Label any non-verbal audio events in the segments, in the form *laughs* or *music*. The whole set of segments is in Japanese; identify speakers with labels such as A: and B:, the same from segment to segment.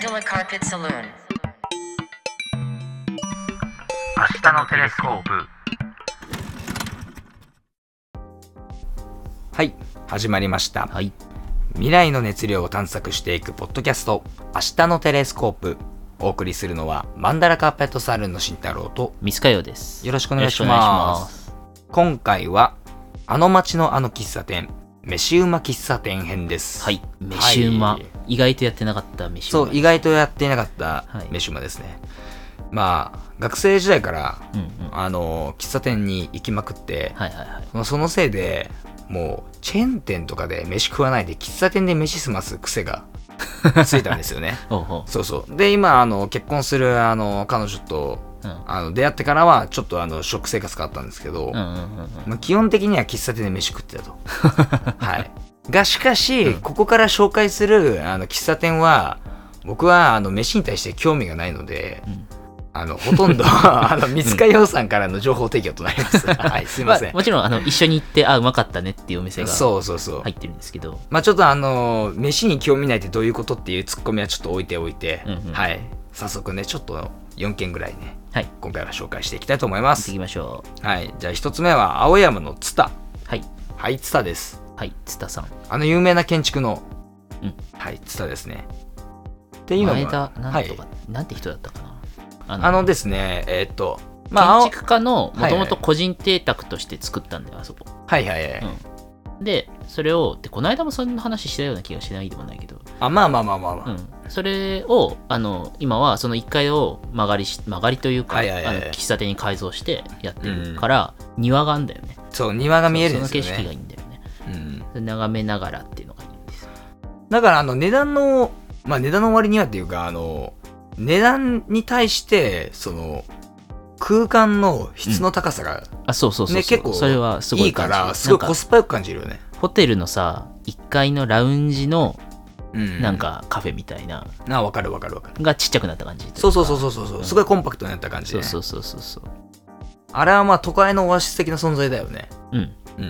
A: Solar Carpet Saloon.
B: 明日のテレスコープ
C: はい始まりました、
B: はい
C: 未来の熱量を探索していくポッドキャスト「明日のテレスコープ」お送りするのはマンダラカーペットサルーンの慎太郎と
B: ミスカヨです
C: よろしくお願いします
B: よ
C: 今回はあの街のあの喫茶店飯馬喫茶店編で
B: ろ
C: す
B: しくお願いしますはい飯馬、
C: はい
B: 意外とやってなかった飯馬
C: そう意外とやっていなかった
B: はい
C: 飯馬ですね、まあ学生時代から
B: うんうんはい
C: あの喫茶店に行きまくって、
B: はいはい
C: まあそのせいでもうチェーン店とかで飯食わないで喫茶店で飯済ます癖がついたんです
B: *laughs*
C: よね
B: おうおう
C: そうそうで今あの結婚するあの彼女と
B: うん
C: あの出会ってからはちょっとあの食生活変わったんですけど、
B: うんうんうんうん
C: まあ、基本的には喫茶店で飯食って
B: *laughs*
C: たとはいがしかし、ここから紹介するあの喫茶店は僕はあの飯に対して興味がないので、
B: うん
C: あのほとんどあの三塚洋さんからの情報提供となり
B: *laughs*
C: ます、はいすいません、
B: あもちろんあの一緒に行ってあうまかったねっていうお店が入
C: そうそうそう、
B: ってるんですけど
C: まあちょっとあの飯に興味ないってどういうことっていうツッコミはちょっと置いておいて、
B: うんうん
C: はい早速ねちょっと4件ぐらいね
B: はい行
C: 今回は紹介していきたいと思いま
B: って
C: す
B: きましょ
C: はいじゃあ1つ目は青山のツタ
B: うはい
C: はいツタです
B: はい津田さん
C: あの有名な建築の、
B: うん
C: はいツタですねっていうの
B: 前
C: も
B: 田な
C: は
B: んと
C: い
B: か、なんて人だったかなあ
C: あのですねえーっとまあ青
B: 建築家のも
C: はい
B: と
C: は
B: も
C: い
B: と個人邸宅として作ったんだよあそこ
C: はいはいはい、
B: うんでそれをでこの間もそんな話したような気がしないでもないけど、
C: あまあまあまあまあまあ、
B: うん、それをあの今はその1階を曲がりし曲がりというか、
C: はいはいはい
B: あの喫茶店に改造してやってるから、庭があるんだよね
C: そう庭が見えるんですよ
B: その景色
C: ね
B: がいいんだよね
C: うん
B: それ眺めながらっていうのがいいんですよ
C: だからあの値段のまあ値段の割にはっていうかあの値段に対してその空間の質の高さが
B: あそうそうそうそう、
C: ね結構
B: それはすごい
C: いいか
B: 感
C: ら
B: じ
C: すごい
B: なん
C: コ
B: か
C: スパよく感じるよね。
B: ホテルのさ1階のラウンジの
C: うん
B: なんかカフェみたいな、
C: なわかるわかるわかる。
B: がちっちゃくなった感じといか
C: そうそうそうそうそう、
B: うん
C: すごいコンパクトになった感じ
B: そ
C: で、
B: う
C: ね、
B: そうそうそうそう
C: あれはまあ都会のオアシス的な存在だよね。
B: うん
C: う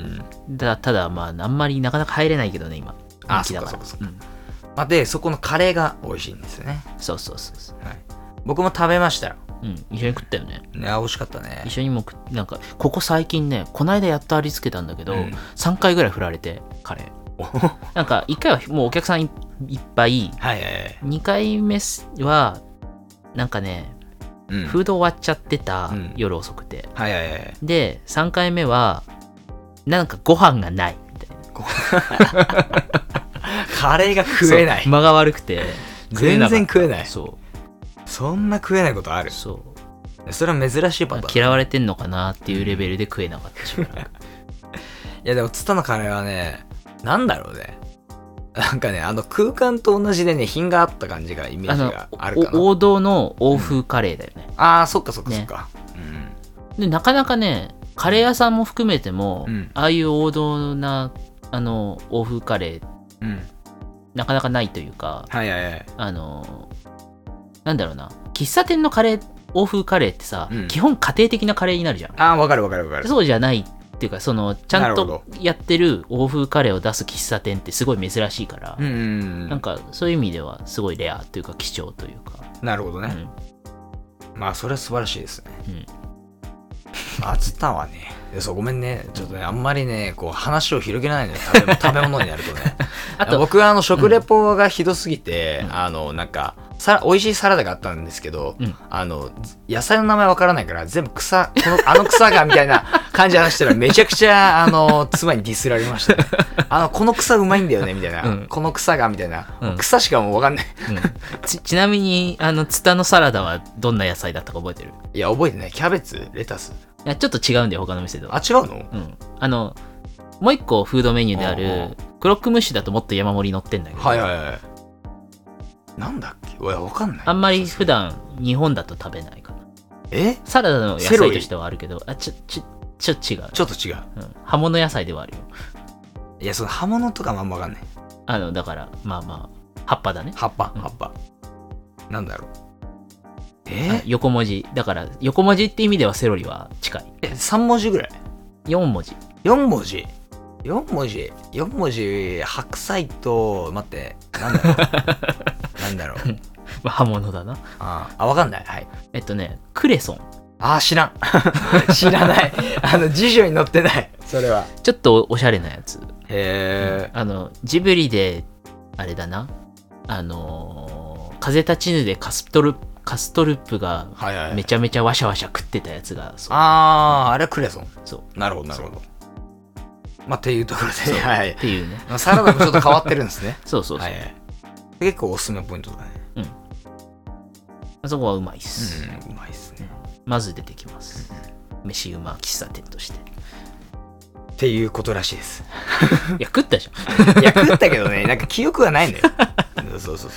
C: ん。
B: だただまああんまりなかなか入れないけどね今
C: あ
B: 人気だから
C: そっかそっか
B: うん
C: まあ、でそこのカレーが美味しいんですよね。
B: そうそうそうそう
C: はい。僕も食べましたよ。
B: うん一緒に食ったよね
C: ね美味しかったね
B: 一。緒にも食っなんかここ最近ねこの間やっとありつけたんだけど、
C: うん
B: 3回ぐらい振られてカレーなんか1回はもうお客さんいいっぱい
C: はいはいはい。
B: 2回目はなんかね
C: うん
B: フード終わっちゃってた、
C: うん
B: 夜遅くて
C: はいはいはい。
B: で3回目はなんかご飯がないみたいな
C: カレーが食えな
B: そう
C: い。
B: 間が悪くて
C: 全然食えない。
B: そ
C: そんな食えないことある
B: うそう
C: それは珍しいパターン。い
B: 嫌われてんのかなっていうレベルで食えなかったしばらく
C: やでも、ツタのカレーはね、なんだろうね。なんかね、あの空間と同じでね、品があった感じが、イメー
B: あ
C: ジ
B: の
C: があるか
B: お
C: な。
B: 王道の欧風カレーだよね、
C: ああ、そっかそっかそっか。
B: でなかなかねカレー屋さんも含めても、
C: うん
B: ああいう王道なあの欧風カレー
C: うん。うん。
B: なかなかないというか
C: はいはいはい。
B: あのなんだろうな喫茶店のカレー欧風カレーってさ、
C: うん
B: 基本家庭的なカレーになるじゃん
C: ああ、わかるわかるわかる。
B: そうじゃないっていうかそのちゃん
C: なる
B: と
C: ほ
B: やってる欧風カレーを出す喫茶店ってすごい珍しいから、
C: うんうんうん。
B: なんかそういう意味ではすごいレアというか貴重というか、
C: なるほど
B: う
C: ね。
B: ん
C: まあ、それは素晴らしいですね。
B: うん
C: あ、ツタはね、そう、ごめんね。ちょっとね、あんまりね、こう、話を広げないのよ。食べ食べ物になるとね。
B: あと
C: 僕はあの食レポがひどすぎて、
B: うん
C: あのなんかさ美味しいサラダがあったんですけど、
B: うん
C: あの野菜の名前わからないから全部草このあの草がみたい
B: *laughs*
C: な感じで話したらめちゃくちゃあの妻にディスられました、
B: *laughs*
C: ね、あのこの草うまいんだよねみたいな、
B: うん
C: この草がみたいな、
B: うん
C: 草しかもうわかんない
B: うんち *laughs* ちなみにあのツタのサラダはどんな野菜だったか覚えてる
C: いや覚えてないキャベツレタス
B: いやちょっと違うんだよ他の店と
C: あ
B: は
C: 違うの
B: うんあのもう一個フードメニューであ
C: うんうん
B: るクロックムッシュだともっと山盛り乗ってんだけど、
C: はいはいはいなんだっけいやわかんない
B: あんまり普段日本だと食べないかな
C: え
B: サラダの野
C: セロ
B: 菜
C: リ
B: としてはあるけどあちょちょちょっと違う
C: ちょっと違う
B: うん、葉物野菜ではあるよ
C: いやその葉物とかもあんまわかんない
B: あのだからまあまあ葉っぱだね
C: 葉っぱ
B: うん
C: 葉っぱ、なんだろう
B: あ
C: え
B: 横文字だから横文字って意味ではセロリは近い
C: え3文字ぐらい
B: 4文字
C: 4文字4文字4文字白菜と待ってなんだろ *laughs* うなんだろう
B: まあ刃物だな。
C: ああ分かんないはい
B: えっとね、クレソン。
C: ああ知 *laughs* らん知らないあの辞書に載ってないそれは
B: ちょっとおしゃれなやつ。
C: へえ
B: あの、ジブリで、あれだな。あのー風立ちぬでカストル、カストルップが
C: はいはい
B: めちゃめちゃワシャワシャ食ってたやつが、そう。
C: あああれはクレソン
B: そう
C: なるほどなるほどまあっていうところで、はい
B: っ、ていうね。
C: まあサラダもちょっと変わってるんですね
B: そうそうそう。
C: はいはい結構おすすめポイントだね
B: あそこはうまいっす。
C: うんうまいっすね
B: まず出てきます。飯うま喫茶店として。
C: っていうことらしいです
B: いや、食ったじ
C: *laughs*
B: ゃ
C: いや、食ったけどね、なんか記憶がないんだよ。 *laughs* そうそうそ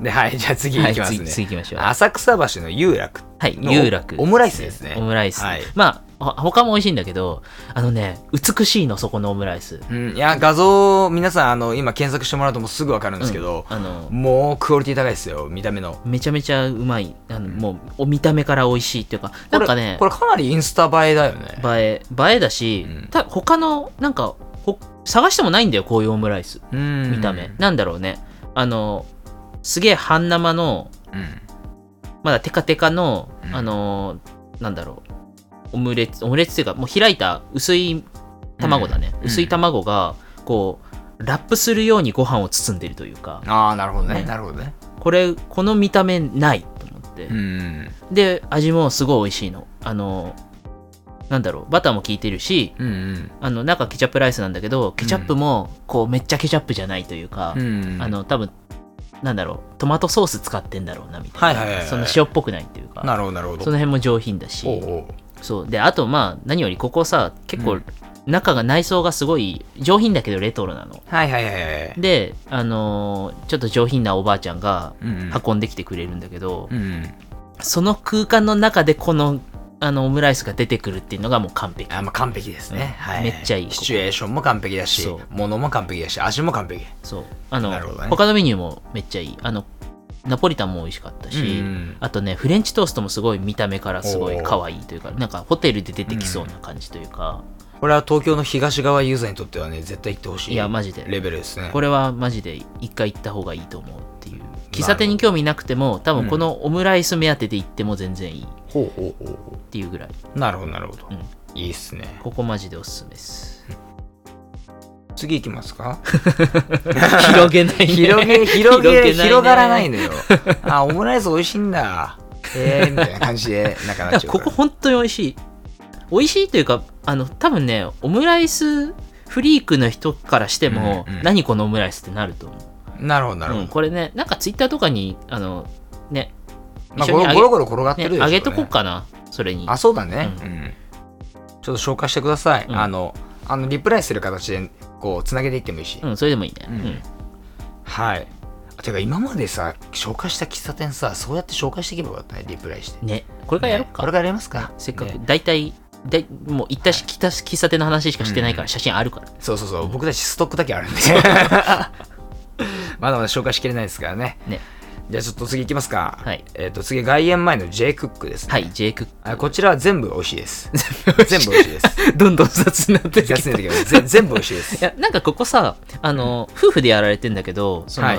C: う。で、はい、じゃあ次
B: ん。
C: いきますね。
B: 次、次行きましょう。
C: 浅草橋の有楽。
B: はい、
C: の
B: 有楽。
C: オムライスですね
B: オムライス。
C: はい
B: まあ、ほ他も美味しいんだけど、あのね、美しいの、そこのオムライス。
C: うん、いや、画像、皆さん、あの、今検索してもらうともうすぐわかるんですけど、
B: あの、
C: もうクオリティ高いですよ、見た目の。
B: めちゃめちゃうまい。あのもう、お見た目から美味しいっていうか、
C: これ
B: なんかね
C: こ、れかなりインスタ映えだよね。
B: 映え、映えだし、
C: うん
B: た他の、なんか、ほ探してもないんだよ、こういうオムライス。
C: うん
B: 見た目。なんだろうね。あの、すげえ半生の、
C: うん。
B: まだテカテカの、
C: うん
B: あのーなんだろうオムレツオムレツっていうかもう開いた薄い卵だね、
C: うん
B: 薄い卵がこうラップするようにご飯を包んでるというか
C: ああ、なるほどね。
B: ね
C: なるほどね。
B: これこの見た目ないと思って、
C: うん。
B: で味もすごい美味しいのあのーなんだろうバターも効いてるし
C: うんうん。
B: あの中ケチャップライスなんだけどケチャップもこうめっちゃケチャップじゃないというか、
C: うん
B: あ、の多分なんだろうトマトソース使ってんだろうなみたいな、
C: はいはいはいはい
B: その塩っぽくないというか
C: なるほど、なるほ
B: そ
C: ど。
B: の辺も上品だし
C: おうおう
B: そうであとまあ何よりここさ結
C: う
B: 構
C: ん
B: 中が内装がすごい上品だけどレトロなの
C: はいはいはいはい。
B: であのーちょっと上品なおばあちゃんが
C: うんうん。
B: 運んできてくれるんだけど、
C: うん。
B: その空間の中でこのあのオムライスが出てくるっていうのがもう完璧
C: あまあ完璧ですね、
B: うん
C: はい、
B: めっちゃいい
C: シチュエーションも完璧だし
B: そう
C: 物も完璧だし味も完璧
B: そうあの、
C: なるほどね
B: 他のメニューもめっちゃいいあのナポリタンも美味しかったし、
C: うん
B: あとねフレンチトーストもすごい見た目からすご
C: お
B: い
C: ー
B: 可愛いというかなんかホテルで出てきそうな感じというか、
C: これは東京の東側ユーザーにとってはね絶対行ってほしい
B: いやマジで
C: レベルですね
B: これはマジで一回行った方がいいと思うっていう喫茶店に興味なくても多分このオムライス目当てで行っても全然いいっ
C: ほうほうほうほ
B: ていうぐらいう
C: なるほどなるほど、
B: うん
C: いいっすね
B: ここマジでおすす
C: *laughs*
B: めです
C: 次行きますか
B: 広げない、
C: *laughs*
B: ね、 *laughs*
C: 広げ広げ広
B: ないね
C: がらないのよあオムライス美味しいんだえー、みたいな感じでなか
B: だ
C: な
B: か
C: っち
B: ら
C: ゃうか
B: こ
C: ら
B: *laughs* こ本当に美味しい美味しいというかあの多分ねオムライスフリークの人からしても、
C: うんうん
B: 何このオムライスってなると思う、
C: なるほどなるほ
B: うん、
C: ど、
B: これねなんかツイッターとかにあのね
C: まあ、
B: 一
C: ゴ
B: 緒に
C: ロゴ
B: あげ,、
C: ロゴロ転がってるでしょ
B: ね、あげとこ
C: ね
B: うかなそれに
C: あそうだね、
B: う
C: うんんちょっと紹介してください、
B: うん
C: あのあのリプライする形でこうつなげていってもいいし、
B: うんそれでもいいね、
C: うんはいてか今までさ紹介した喫茶店さそうやって紹介していけばよかったねリプライして
B: うんねこれからやろう
C: ね
B: か、
C: これからやりますか
B: せっかく、
C: ね
B: 大体だいもう行ったし、来たし喫茶店の話しかしてないから、写真あるから、
C: そうそうそう、僕たちストックだけあるんで *laughs* まだまだ紹介しきれないですからね
B: ね
C: じゃあちょっと次いきますか、
B: はい
C: えっ、と次外苑前の J クックですね、
B: はい、J クッ
C: あこちらは全部美味しいです全部美味しいです
B: *laughs* クどんどん雑になって
C: 雑念だけどぜ全部美味しいです
B: いやなんかここさあの夫婦でやられてんだけどその、
C: はい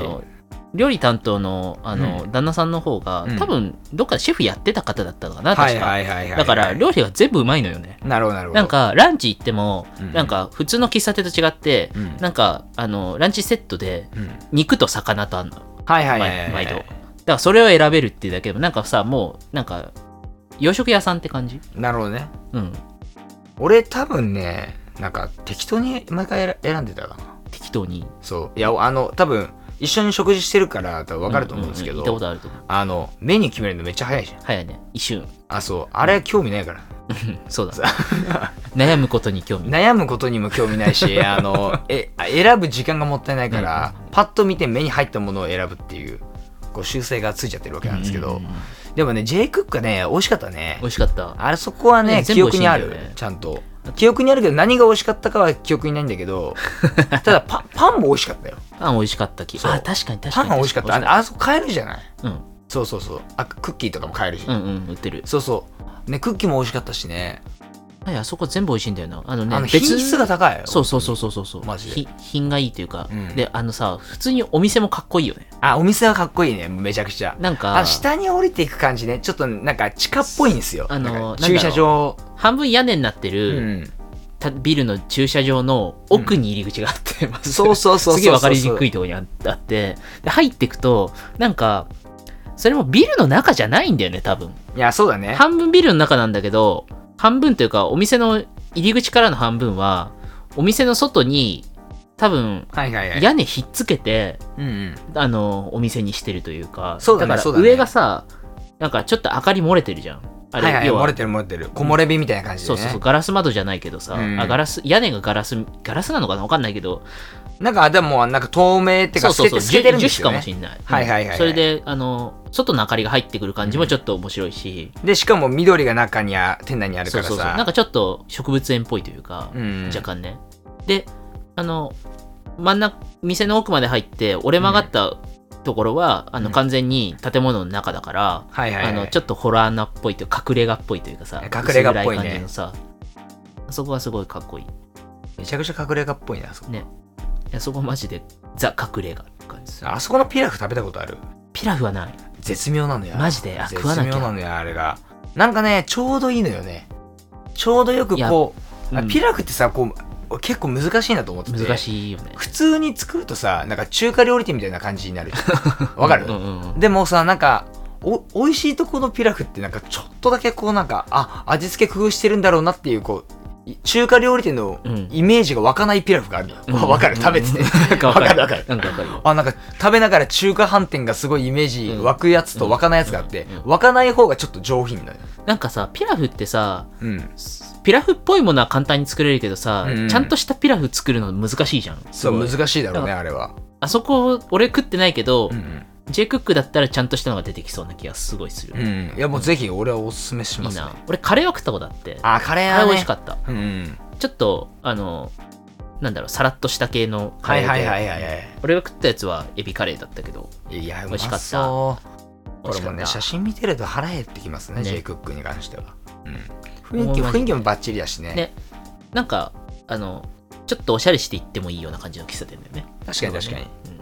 B: 料理担当のあの、
C: う
B: 旦那さんの方が、
C: うん
B: 多分どっかでシェフやってた方だったのかな確か、
C: はいはいはいはいはい
B: だから料理が全部うまいのよね
C: なるほどなるほど
B: なんかランチ行っても、
C: うん
B: なんか普通の喫茶店と違って、
C: うん
B: なんかあのランチセットで
C: うん
B: 肉と魚とあんの
C: はいはいはいはいは
B: 毎
C: い
B: 毎度だからそれを選べるっていうだけでもなんかさもうなんか洋食屋さんって感じ
C: なるほどね
B: うん
C: 俺多分ねなんか適当に毎回選選んでたかな
B: 適当に
C: そういやあの多分一緒に食事してるから多分分かると思うんですけど、
B: 行ったことあると思う
C: あのメニュー決めるのめっちゃ早いじゃん
B: 早いね一瞬 *laughs*
C: あそうあれ興味ないから
B: そうだ悩むことに興味ない
C: 悩むことにも興味ない
B: *laughs*
C: しあのえあ選ぶ時間がもったいないから、パッと見て目に入ったものを選ぶっていうこう習性がついちゃってるわけなんですけど、
B: うんうんうん
C: でもね J クックがね美味しかったね
B: 美味しかった
C: あれそこは
B: ね
C: ね
B: 全
C: 記
B: 部美味
C: 憶
B: しい
C: に
B: ん
C: あ
B: だよ
C: る、
B: ね
C: ちゃんと記憶にあるけど何が美味しかったかは記憶にないんだけ
B: *laughs*
C: どただパパンも美味しかったよ
B: パン美味しかったき
C: そう
B: あ確かに確かに
C: パンが美味しかったあ
B: 美
C: れ
B: 味
C: あそこ買えるじゃない
B: しかった
C: そうそうそうあクッキーとかも買えるし、
B: うんうんうん売ってる
C: そうそうねクッキーも美味しかったしね
B: はい、あそこ全部美味しいんだよな。あのね、
C: あの品質が高いよ
B: そうそうそうそうそうそう。
C: マジで
B: ひ品がいいというか、
C: うん
B: で、あのさ、普通にお店もかっこいいよね。
C: あお店はかっこいいねめちゃくちゃ
B: なんか、
C: あ下に降りていく感じねちょっとなんか地下っぽいんですよ
B: あのー
C: なんか
B: なんだろ
C: 駐
B: う
C: 車場
B: 半分屋根になって
C: う
B: る、
C: ん
B: たビルの駐車場の奥に入り口があって、まず
C: そうそうそうそうそう
B: すげえ分かりにくいところにああって、で入っていくと、なんか、それもビルの中じゃないんだよね、多分。
C: いやそうだね
B: 半分ビルの中なんだけど、半分というか、お店の入り口からの半分は、お店の外に、多分、
C: はいはいはい
B: 屋根ひっつけて、
C: うんうん
B: あのお店にしてるというか
C: そうだねそ
B: か
C: う
B: ら
C: だね
B: 上がさ、なんかちょっと明かり漏れてるじゃんあれ、
C: はいはい
B: 要は
C: 漏れてる漏れてる木漏れ日みたいな感じで
B: そう
C: ね
B: そうそうガラス窓じゃないけどさ、
C: うん
B: あガラス屋根がガラスガラスなのかなわかんないけど
C: なんかでもなんか透明っていう
B: そ
C: か
B: う
C: 透
B: そう
C: け
B: そう
C: て透けてるん
B: 樹
C: です
B: 樹
C: よ
B: 脂か
C: ね
B: もしんない、
C: はいはいはいはい
B: それであの外の明かりが入ってくる感じもちょっと面白いし、
C: でしかも緑が中にあ店内にある
B: そ
C: か
B: う
C: ら
B: そうそうなん
C: さ
B: かちょっと植物園っぽいというか、
C: うん
B: 若干ねであの真ん中店の奥まで入って折れ曲がったところは、あ
C: う
B: の
C: ん
B: 完全に建物の中だから、
C: はいはいはい
B: あのちょっとホラーなっぽいというか隠れ家っぽいというかさ
C: 隠れ家っぽいね
B: 薄暗感じのさあそこはすごいかっこいいい
C: めちゃくちゃ隠れ家っぽいなあそこ
B: ねやそこマジでザ隠れ家って感じです
C: あそこのピラフ食べたことある
B: ピラフはない
C: 絶妙なのよ
B: マジであ
C: 絶
B: 食わなきゃ
C: 妙なのよあれがなんかねちょうどいいのよねちょうどよく
B: いや
C: こう、あ
B: うん
C: ピラフってさこう結構難しいなと思ってて
B: 難しいよね
C: 普通に作るとさなんか中華料理店みたいな感じになるじゃんわか
B: *laughs*
C: る、
B: うんうんうん
C: でもさなんかお美味しいとこのピラフってなんかちょっとだけこうなんかあ味付け工夫してるんだろうなっていうこうい中華料理店の
B: うん
C: イメージが湧かないピラフがあるのよ、
B: うん
C: わかる食べてて、
B: うんなんか
C: わ
B: わか
C: かる
B: る
C: わかる
B: なんかわかるよ
C: *laughs* あなんか食べながら中華飯店がすごいイメージ
B: うん
C: 湧くやつと湧かないやつがあって、
B: うんうん
C: 湧かない方がちょっと上品なのよ、
B: なんかさピラフってさ
C: うん、
B: ピラフっぽいものは簡単に作れるけどさ、
C: うんうん
B: ちゃんとしたピラフ作るの難しいじゃんす
C: そ
B: ご
C: う
B: い
C: 難しいだろうねあれは、
B: あそこ俺食ってないけど、
C: うん
B: J クックだったらちゃんとしたのが出てきそうな気がすごいする、
C: うんうんいやもうぜひ俺はおすすめし
B: い
C: ま
B: い
C: す、ね
B: な俺カレーは食ったことあって
C: あカレー
B: カ
C: は、
B: レ
C: ね、
B: ー美味しかった
C: うんうん
B: ちょっとあのなんだろうさらっとした系のカ
C: は
B: レー
C: い
B: で、
C: はいはいはいはい
B: 俺が食ったやつはエビカレーだったけど
C: いや、う
B: 美
C: ま
B: 味しかった
C: そう。これも
B: 美
C: ね、
B: 味しか
C: 写
B: っ
C: 真見てると腹減ってきますね、
B: ね
C: J. クックに関しては。うん、雰囲
B: も
C: 気
B: うマジで
C: 雰囲気もバッチリだしね
B: ねたなんかあのちょっとおしゃれしていってもいいような感じの喫茶店だよね
C: 確かに確かに。
B: うん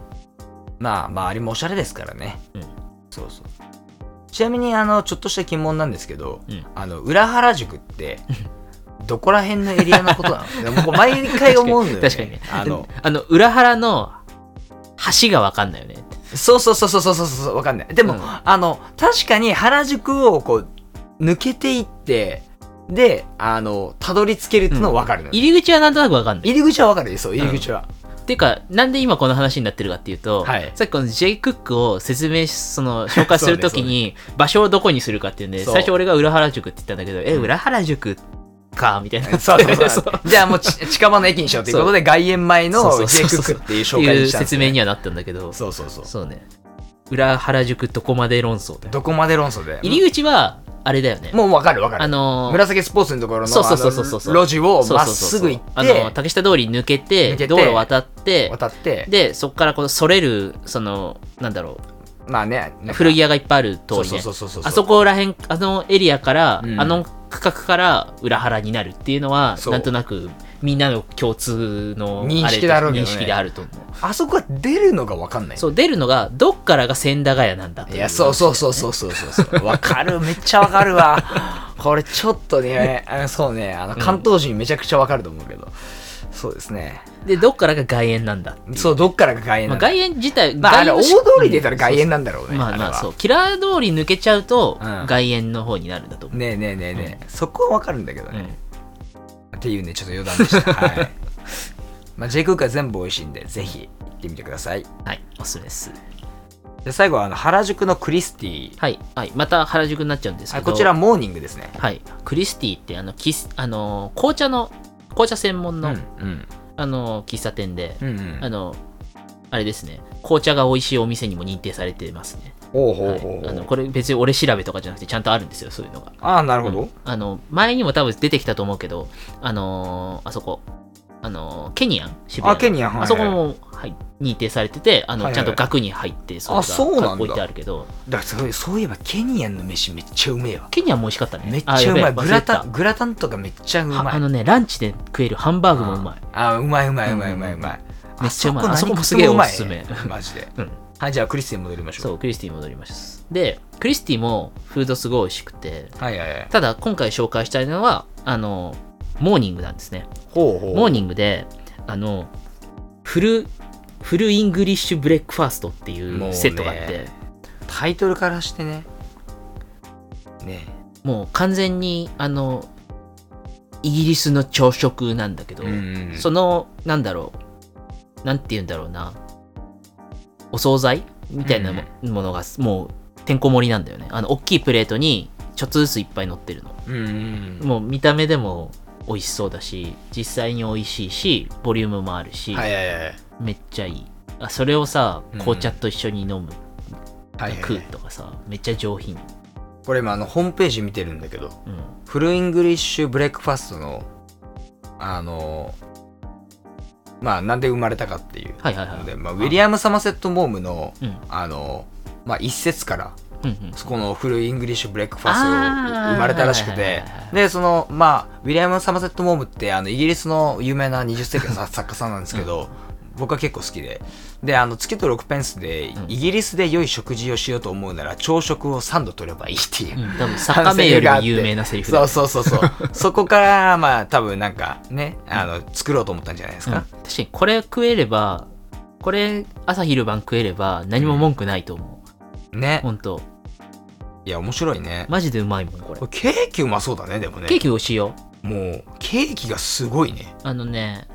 C: まあ、周りもおしゃれですからね。
B: うん
C: そうそう。ちなみに、あの、ちょっとした疑問なんですけど、
B: うん
C: あの、裏原宿っ
B: *laughs*
C: て、どこら辺のエリアのことなのもう毎回思うんだよ、ね。
B: 確かにね
C: あの、
B: あの裏腹の橋がわかんないよね
C: そうそうそうそうそうそうそう、わかんない。でも、
B: うん
C: あの、確かに原宿をこう、抜けていって、で、あの、たどり着けるっていうのはわかるのよ、
B: 入り口はなんとなくわかんない
C: 入り口はわかるよ、そう、入り口は。
B: っていうかなんで今この話になってるかっていうと、
C: はい
B: さっきこの J クックを説明しその紹介するときに場所をどこにするかっていうんで
C: そう
B: 最初俺が裏原宿って言ったんだけどえ裏原宿かみたいな
C: そうそうそ。
B: *laughs* そう
C: じゃあもうち近場の駅にしようということで、外苑前
B: そ
C: の J
B: うそう
C: ク
B: そ
C: ッ
B: うそう
C: クっていう
B: って
C: 紹介
B: い
C: に
B: う
C: したんです
B: 説
C: よ
B: 明にはなったんだけど、
C: そうそうそう。
B: そうね。裏原宿どこまで論争だよ。
C: どこまで論争で。
B: 入り口は、あれだよね。
C: もうわかるわか
B: あ
C: る。
B: のー、
C: 紫スポーツのところの
B: そうそうそうそうそう
C: あの路地を
B: そう
C: ま
B: そ
C: っ
B: う
C: す
B: そう
C: ぐ
B: そう
C: 行って、
B: あの、竹下通り抜けて
C: 抜け、て
B: 道路渡って、
C: 渡って、
B: で、そこからこのそれる、その、なんだろ
C: まあね、
B: う、古着
C: 屋
B: 屋がいっぱいある通り
C: そ
B: ね。
C: うそうそうそう。
B: あそこら辺、あのエリアから、
C: うん
B: あの区画から裏腹になるっていうのは、
C: そう
B: なんとなく、みんなの共通の
C: 認識だ
B: あ
C: ろう
B: れ
C: けどね
B: と認識であると思う。
C: あそこは出るのがわかんない。
B: そう、出るのが、どっからが千駄ヶ谷なんだと
C: いや、そうそうそうそうそうそうそう。わかる、めっちゃわかるわ。これちょっとね、あのそうね、あの関東人めちゃくちゃわかると思うけど、そうですね。
B: で、どっからが外苑なんだっていう
C: そう、どっからが外苑な
B: まあ、
C: んだ。
B: 外苑自体、
C: まあ、あ
B: 外
C: れ大
B: 苑の
C: 通
B: し
C: りで言ったら外苑
B: うん
C: なんだろうね。
B: まあまあ
C: れは
B: そう。キラー通り抜けちゃうと、
C: うん
B: 外苑の方になるんだと思う。
C: ねえねえねえねえ、そこはわかるんだけど
B: う
C: ね
B: ん。
C: っていうね、ちょっと余談で
B: *laughs*
C: した。はい。まあ、J クックは全部美味しいんで、ぜひ行ってみてください。
B: はい、おすすめです。
C: で、最後はあの原宿のクリスティ。
B: はい、はい、また原宿になっちゃうんですけ
C: はい
B: ど、
C: こちら、モーニングですね。
B: はい、クリスティってあのキス、あのー紅茶の、紅茶専門
C: うん
B: の、
C: うん。
B: あのー喫茶店で、
C: うんう
B: あ
C: ん。
B: のあれですね、紅茶が美味しいお店にも認定されてますね。
C: おうほ
B: は
C: うほう
B: い、
C: ほ
B: あの
C: う。
B: これ別に俺調べとかじゃなくて、ちゃんとあるんですよ、そういうのが。
C: ああ、なるほど。
B: あの前にも多分出てきたと思うけど、あのーあそこ、あの、ケニアン渋谷の
C: あケニアンはい
B: あそこも、はい、認定されてて、あの、
C: はいはい
B: ちゃんと額に入って、そ
C: あそうなんだ
B: が置いてあるけど、
C: だからそうそういえばケニアンの飯めっちゃうめえわ
B: ケニアンも美味しかったね。
C: めっち
B: あ
C: ゃ
B: や
C: う
B: べえ
C: まいグラタ
B: 忘れ
C: ングラタンとかめっちゃう
B: て
C: ま
B: た
C: い
B: ああのね、ランチで食えるハンバーグもうまい。
C: あうまいうまいうまいうまいうまい
B: めっちゃうまい
C: あ
B: あ
C: そ
B: そ
C: こ
B: こ
C: も
B: も
C: す
B: す
C: げ
B: げ
C: え
B: え
C: うまい
B: おすすめ
C: マジで
B: うん。
C: はいじゃあクリスティに戻りましょ
B: そうう、クリスティに戻ります。で、クリスティもフードすごい美味しくて、
C: はいはいはい
B: ただ今回紹介したいのは、あの、モーニングなんですね。
C: ほうほう
B: モーニングで、あの、フル、フルイングリッシュブレックファーストってい
C: もうね
B: うセットがあって、
C: タイトルからしてねね
B: もう完全に、あの、イギリスの朝食なんだけど、
C: ん
B: その、なんだろう、なんて言うんだろうな、お惣菜みたいなも,、のが、もう、てんこ盛りなんだよね。あの、大きいプレートに、ちょっとずついっぱい乗ってるの。
C: うんうん
B: もう、見た目でも美味しそうだし、実際に美味しいし、ボリュームもあるし、
C: はいはいはい
B: めっちゃいい。あそれをさ
C: うん、
B: 紅茶と一緒に飲む、
C: はいはいは
B: 食う
C: い
B: とかさ、めっちゃ上品。
C: これ今あのホームページ見てるんだけど
B: うん。
C: フルイングリッシュブレックファストのあのまあなんで生まれたかっていう
B: はいはいは
C: の
B: い。
C: で、まあ、ウィリアム・サマセット・モームの
B: うん。
C: あの、まあ、一節から
B: うんうん。
C: そこのフルイングリッシュブレックファスト
B: あー
C: 生まれたらしく
B: はいはい
C: て
B: はいはい
C: でそのまあウィリアム・サマセット・モームってあのイギリスの有名な20世紀のさ作家さんなんですけど、僕は結構好きでであの月と6ペンスで、
B: ん
C: イギリスで良い食事をしようと思うなら朝食を3度取ればいいっていう、
B: うん、多分、作家名よりも有名なセリフだ
C: そ *laughs*
B: よ
C: うそうそうそうそこからまあ多分なんかねあの作ろうと思ったんじゃないですか、
B: 確かにこれ食えればこれ朝昼晩食えれば何も文句ないと思う、
C: ね
B: ほんと
C: いや面白いね、
B: マジでうまいもんこれ
C: これケーキうまそうだねでもね
B: ケーキ美味しいよ
C: もうケーキがすごいね
B: あのね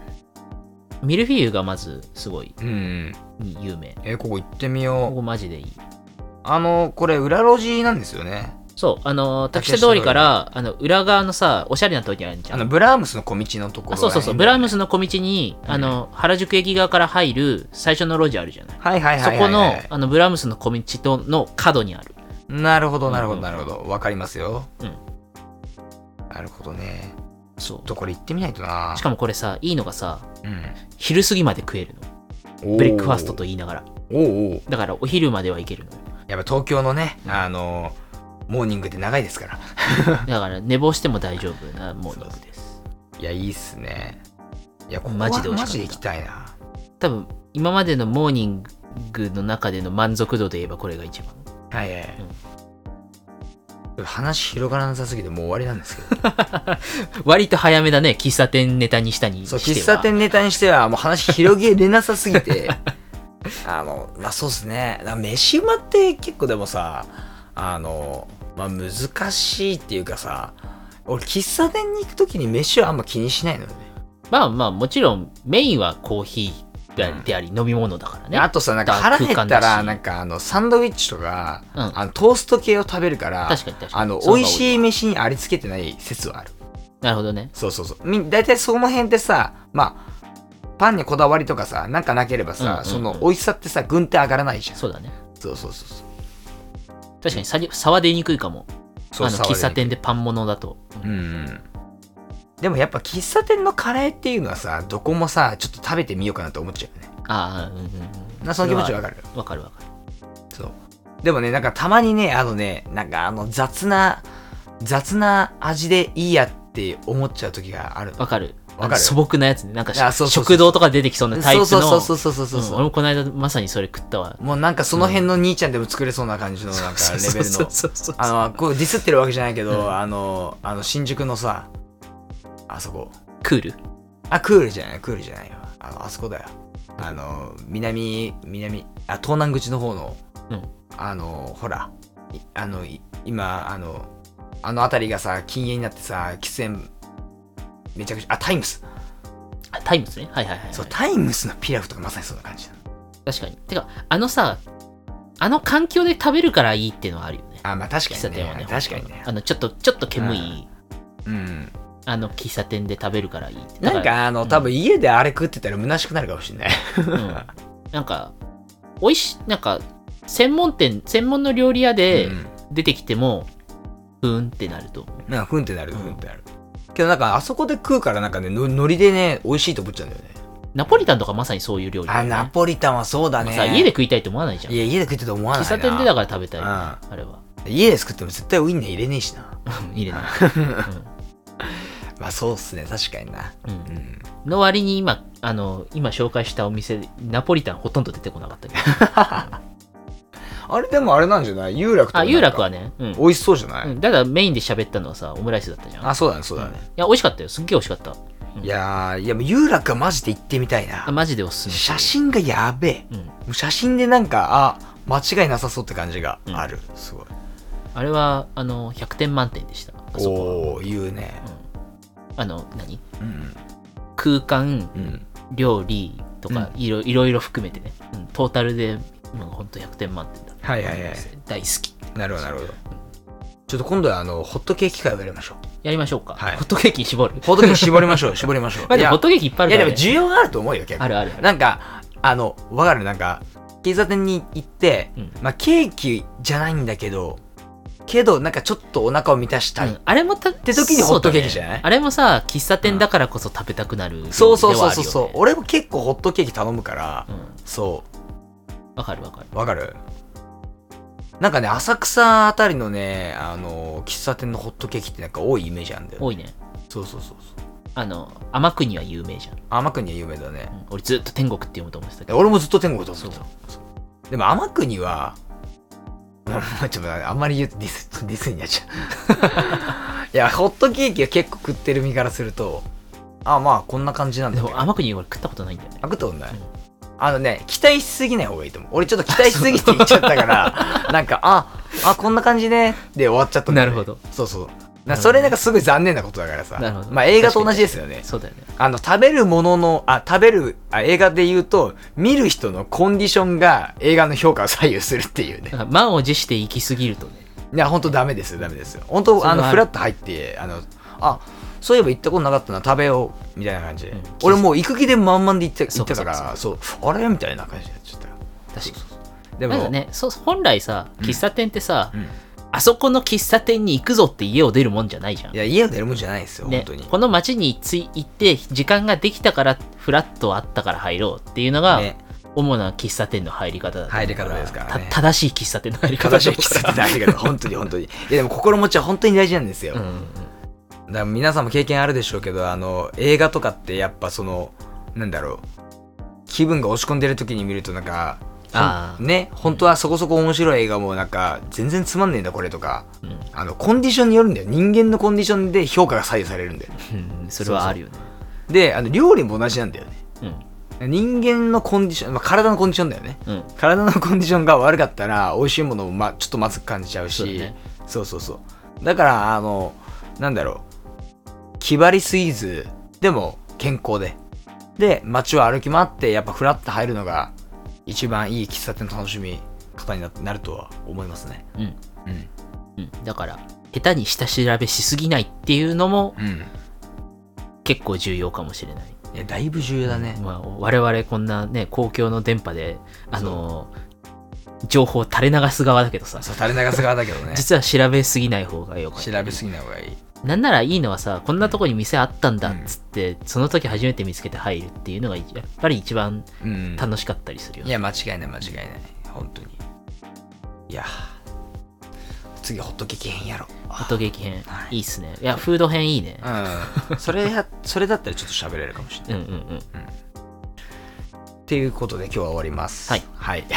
B: ミルフィーユがまずすごい
C: うんうん
B: 有名
C: えここ行ってみ
B: こ
C: よう
B: こマジでいい
C: あのこれ裏路地なんですよね
B: そうあの竹下通りからあの裏側のさおしゃれな通りあるじゃ
C: あ
B: ん
C: のブラームスの小道のところ
B: あそうそう
C: ら
B: そう、
C: へん
B: ブラー
C: だよね
B: ムスの小道にあの原宿駅側から入る最初の路地あるじゃない,、
C: はいはいはいはい、はい、
B: そこのあのブラームスの小道との角にある
C: なるほどなるほ
B: う
C: ど
B: ん
C: なるほどわかりますよ
B: うん
C: なるほどね
B: そ
C: とこれ行ってみないとな
B: うしかもこれさいいのがさ
C: うん
B: 昼過ぎまで食えるのブレックファーストと言いながら
C: おーおー
B: だからお昼まではいける
C: *laughs*
B: のよ
C: やっぱ東京のねあのモーニングって長いですから
B: だから寝坊しても大丈夫なモーニングです
C: いやいいっすねいやここは
B: マジで美味しか
C: マ
B: った
C: ジで行きたいな
B: 多分今までのモーニングの中での満足度で言えばこれが一番
C: はいはい、話広がらなさすぎてもう終わりなんです
B: *laughs*
C: けど
B: 割と早めだね喫茶店ネタにしたにして
C: そう
B: は
C: 喫茶店ネタにしてはもう話広げれなさすぎ
B: *laughs*
C: てあのまあそうですねだから飯馬って結構でもさあのまあ難しいっていうかさ俺喫茶店に行く時に飯はあんま気にしないのよね
B: まあまあもちろんメインはコーヒーであり飲み物だからね、
C: あとさなんか
B: だ
C: 腹減った
B: 空間だ
C: ら
B: し
C: なんかあのサンドイッチとか、
B: うん
C: あのトースト系を食べるから
B: 確かに確かに
C: あの
B: その方が
C: 美味しい飯にありつけてない説はある
B: なるほどね
C: そうそうそうみ大体その辺ってさまあパンにこだわりとかさなんかなければさ、
B: うんうんうん
C: その美味しさってさ軍手上がらないじゃん
B: そうだね
C: そうそうそうそう。
B: 確かにさり差は出にくいかもあの
C: 触れ
B: 喫茶店でパン物だと、
C: うんうん。でもやっぱ喫茶店のカレーっていうのはさ、どこもさ、ちょっと食べてみようかなと思っちゃうよね。
B: ああうんうんうん
C: なその気持ちわかる
B: わかるわかる
C: そう。でもね、なんかたまにね、あのね、なんかあの雑な、雑な味でいいやって思っちゃう時があるの。
B: わかる
C: わかる
B: あの素朴なやつねなんかし
C: あそうそうそう
B: 食堂とか出てきそうなタイプ
C: そう
B: の
C: そうそうそうそうそう
B: うん
C: そう
B: 俺もこの間まさにそれ食ったわ
C: もうなんかその辺の兄ちゃんでも作れそうな感じのなんかレベルの。
B: あの
C: あの、こうディスってるわけじゃないけ
B: う
C: ど、
B: ん
C: あの、あの新宿のさ、あそこ。
B: クール
C: あ、クールじゃない、クールじゃないよ。あの、あそこだよ。あの、南、南、あ、東南口の方の、
B: うん
C: あの、ほら、いあの、い今、あの、あの辺りがさ、禁煙になってさ、喫煙、めちゃくちゃ、あ、タイムス。
B: あタイムですねはいはいはいはい、
C: そう、タイムスのピラフとかまさにそんな感じだ。
B: 確かにてかあのさあの環境で食べるからいいっていうのはあるよね
C: あ、まあ確か
B: 喫
C: に
B: 茶
C: ね。
B: 店はね
C: 確かにね
B: あ。のちょっとちょっと煙い、
C: うん。
B: あの喫茶店で食べるからいいってだ
C: なんか、あの、
B: うん
C: 多分家であれ食ってたら虚しくなるかもしれない。
B: うん、なんか美味しなんか専門店専門の料理屋で
C: うん
B: 出てきてもふーんってなると思う
C: なんか、ふんってなる、
B: うん
C: ふんってなる。けどなんかあそこで食うからなんかねの海苔でね美味しいと思っちゃうんだよね
B: ナポリタンとかまさにそういう料理だ
C: あ
B: よね、
C: ナポリタンはそうだ
B: まあ
C: ね
B: さ家で食いたいと思わないじゃん
C: いや家で食ってて思わない
B: 喫
C: な
B: 茶店でだから食べたいよね、
C: う
B: あれは
C: 家で作っても絶対ウインナー入れねえしな
B: 入
C: *laughs*
B: れない、
C: まあそうっすね確かにな
B: うんうん
C: うん
B: の割に今あの今紹介したお店ナポリタンほとんど出てこなか
C: *laughs*
B: ったけど
C: あれでもあれなんじゃない有楽とか
B: あ
C: なんか
B: 有楽はね、うん
C: 美味しそうじゃない、
B: うん、ただメインで喋ったのはさオムライスだったじゃん
C: あそうだねそうだ
B: い
C: ね、
B: や美味しかったよすっげえ美味しかったうん
C: いやーいやもう有楽はマジで行ってみたいな
B: あマジでおすすめ
C: 写真がやべえ
B: うん、
C: もう写真でなんかあ間違いなさそうって感じがある、すごい
B: あれはあの100点満点でしたあそこ
C: おお言うね
B: あの何
C: うん
B: 空間
C: うん
B: 料理とか、いろいろいろ含めてね、うん、トータルでもうほんと100点満点だ
C: はいはいはい
B: 大好き
C: なるほどなるほどちょっと今度はあのホットケーキ会をやりましょう
B: やりましょうか、
C: はい
B: ホットケーキ絞る
C: ホットケーキ絞りましょう
B: *laughs*
C: 絞りましょう
B: まあ、
C: い
B: でも
C: や
B: ホットケーキいっぱいあ
C: い
B: る
C: やで
B: から、
C: も
B: ね、
C: 需要があると思うよ結構
B: あるあるある
C: なんかあのわかるなんか喫茶店に行って、
B: うん
C: まあケーキじゃないんだけどけどなんかちょっとお腹を満たしたい、
B: うんあれもたって
C: 時にホットケーキじゃない
B: あれもさ喫茶店だからこそ食べたくなる、
C: そうそうそうそうそう、
B: では
C: 俺も結構ホットケーキ頼むから
B: あるよね
C: そ
B: うんわかるわかる
C: うわかるなんかね浅草あたりのねあの喫茶店のホットケーキってなんか多いイメージあるんだよ、
B: 多いね
C: そうそうそうそう
B: あの天国は有名じゃん、
C: 天国は有名だね
B: うん俺ずっと天国って読むと思ってたけど
C: 俺もずっと天国だと
B: そう
C: 思ってたでも天国は、まあちょっとあんまり言うとディス、ディスになっちゃ
B: *laughs*
C: う。いや、ホットケーキは結構食ってる身からすると、あまあこんな感じなんだ
B: で
C: よ、ね。
B: も天国俺食ったことないんだよね
C: あ、食ったことない、
B: うん
C: あのね、期待しすぎない方がいいと思う。俺ちょっと期待しすぎて言っちゃった
B: *laughs*
C: から、なんか、あ、あ、こんな感じね、で終わっちゃったんだよね
B: なるほど。
C: そうそう。なそれなんかすごい残念なことだからさ。
B: なるほど
C: まあ映画と同じですよね。
B: そうだよね
C: あの、食べるものの、あ、食べる、あ映画で言うと、見る人のコンディションが映画の評価を左右するっていうね
B: だ。から満を持して行き過ぎるとね
C: いや、ほんとダメですよ、ダメですよ。ほん
B: そ
C: と、
B: れは
C: あの、
B: ある
C: フラッと入って、あの、あ、そういえば行ったことなかったな、食べよう、みたいな感じで。
B: うん
C: 俺もう行く気で満々で行って行
B: そう
C: ったから、そうあれみたいな感じになっちゃった。
B: 確かに
C: で
B: なん
C: も、
B: かねそう本来さ
C: うん
B: 喫茶店ってさ、
C: うん、い
B: あそこの喫茶店に行くぞって家を出るもんじゃないじゃん
C: や、家を出るもんじゃないですよ、
B: ね
C: 本当に。
B: この街につい行って時間ができたからフラッとあったから入ろうっていうのが、
C: ね、
B: 主な喫茶店の入り方だと思う
C: 入り方ですからね
B: た正しい喫茶店の入り方だ
C: 正
B: と
C: しい
B: 思
C: 喫
B: うから
C: 茶店でありがとう、本当に本当に。いや、でも心持ちは本当に大事なんですよ。
B: うんうんうん
C: だから皆さんも経験あるでしょうけどあの映画とかってやっぱそのなんだろう気分が落ち込んでる時に見るとなんかほん
B: あー
C: ね本当はそこそこ面白い映画もなんか全然つまんねえんだこれとか
B: うん
C: あのコンディションによるんだよ人間のコンディションで評価が左右されるんだよ
B: うんそれはあるよね
C: であの料理も同じなんだよね
B: うん
C: 人間のコンディション、まあ、体のコンディションだよね
B: うん
C: 体のコンディションが悪かったら美味しいものも、ま、ちょっとまずく感じちゃうし
B: そうだね
C: そうそうそうだからあのなんだろう気張りすぎずでも健康でで街を歩き回ってやっぱフラッと入るのが一番いい喫茶店の楽しみ方にななるとは思いますね
B: うん
C: うん
B: うんだから下手に下調べしすぎないっていうのも
C: うん
B: 結構重要かもしれない
C: いやだいぶ重要だね、
B: まあ、我々こんなね公共の電波であの情報を垂れ流す側だけどさ
C: そう垂れ流す側だけ
B: *laughs*
C: どね
B: 実は調べすぎない方がよかった
C: 調べすぎない方がいい
B: なんならいいのはさこんなとこに店あったんだっつって、その時初めて見つけて入るっていうのがやっぱり一番
C: うん
B: 楽しかったりするよ
C: い
B: ね、
C: や間違いない間違いない本当にいや次ホットケーキ編やろう
B: ホットケーキ編、
C: はい
B: い、いっすねいやフード編いいね、
C: うん *laughs* それやそれだったらちょっと喋れるかもしれない
B: うん、うんうん
C: っていうことで今日は終わります
B: はい、
C: *laughs*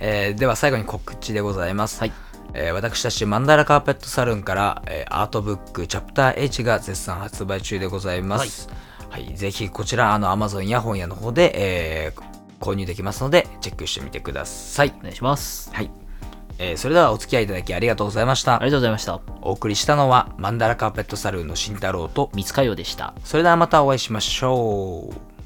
C: えーでは最後に告知でございます、
B: はい
C: えー私たちマンダラカーペットサルンから、えーアートブックチャプター H が絶賛発売中でございます、はいぜひこちらあの Amazon や本屋の方で、えー購入できますのでチェックしてみてください
B: お願いします
C: はい、えーそれではお付き合いいただきありがとうございました、
B: ありがとうございました
C: お送りしたのはマンダラカーペットサルーンの慎太郎と
B: 三塚洋でした
C: それではまたお会いしましょう